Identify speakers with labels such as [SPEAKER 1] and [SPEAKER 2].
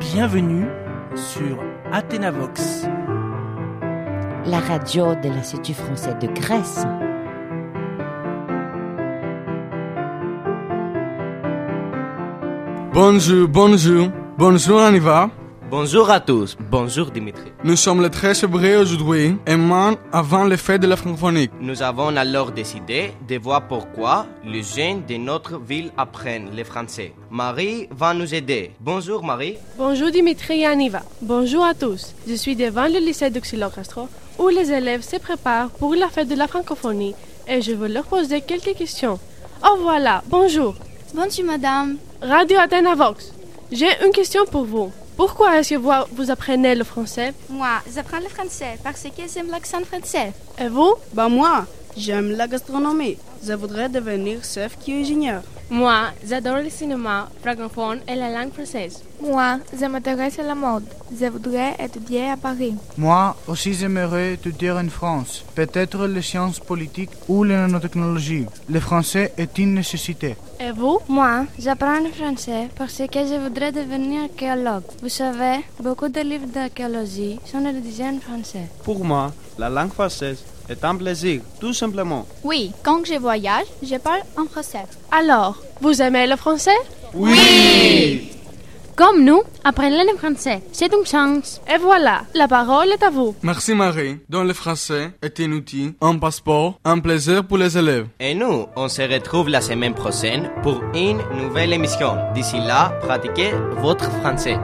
[SPEAKER 1] Bienvenue sur Athénavox.
[SPEAKER 2] la radio de l'Institut français de Grèce.
[SPEAKER 3] Bonjour, bonjour, bonjour Aniva.
[SPEAKER 4] Bonjour à tous, bonjour Dimitri.
[SPEAKER 3] Nous sommes le 13 février aujourd'hui, un mois avant les fêtes de la francophonie.
[SPEAKER 4] Nous avons alors décidé de voir pourquoi les jeunes de notre ville apprennent le français. Marie va nous aider. Bonjour Marie.
[SPEAKER 5] Bonjour Dimitri et Aniva. Bonjour à tous. Je suis devant le lycée de Xylocastro où les élèves se préparent pour la fête de la francophonie et je veux leur poser quelques questions. Oh voilà, bonjour.
[SPEAKER 6] Bonjour madame.
[SPEAKER 5] Radio Athéna Vox. J'ai une question pour vous. Pourquoi est-ce que vous, vous apprenez le français
[SPEAKER 6] Moi, j'apprends le français parce que j'aime l'accent français.
[SPEAKER 5] Et vous
[SPEAKER 7] Bah moi, j'aime la gastronomie. Je voudrais devenir chef cuisinier.
[SPEAKER 8] Moi, j'adore le cinéma francophone et la langue française.
[SPEAKER 9] Moi, je m'intéresse à la mode. Je voudrais étudier à Paris.
[SPEAKER 10] Moi aussi j'aimerais étudier en France, peut-être les sciences politiques ou les nanotechnologies. Le français est une nécessité.
[SPEAKER 5] Et vous
[SPEAKER 6] Moi, j'apprends le français parce que je voudrais devenir archéologue. Vous savez, beaucoup de livres d'archéologie sont rédigés en français.
[SPEAKER 11] Pour moi, la langue française est un plaisir, tout simplement.
[SPEAKER 9] Oui, quand je voyage, je parle en français.
[SPEAKER 5] Alors, vous aimez le français
[SPEAKER 8] Comme nous, apprenez le français. C'est une chance.
[SPEAKER 5] Et voilà, la parole est à vous.
[SPEAKER 3] Merci Marie, dont le français est un outil, un passeport, un plaisir pour les élèves.
[SPEAKER 4] Et nous, on se retrouve la semaine prochaine pour une nouvelle émission. D'ici là, pratiquez votre français.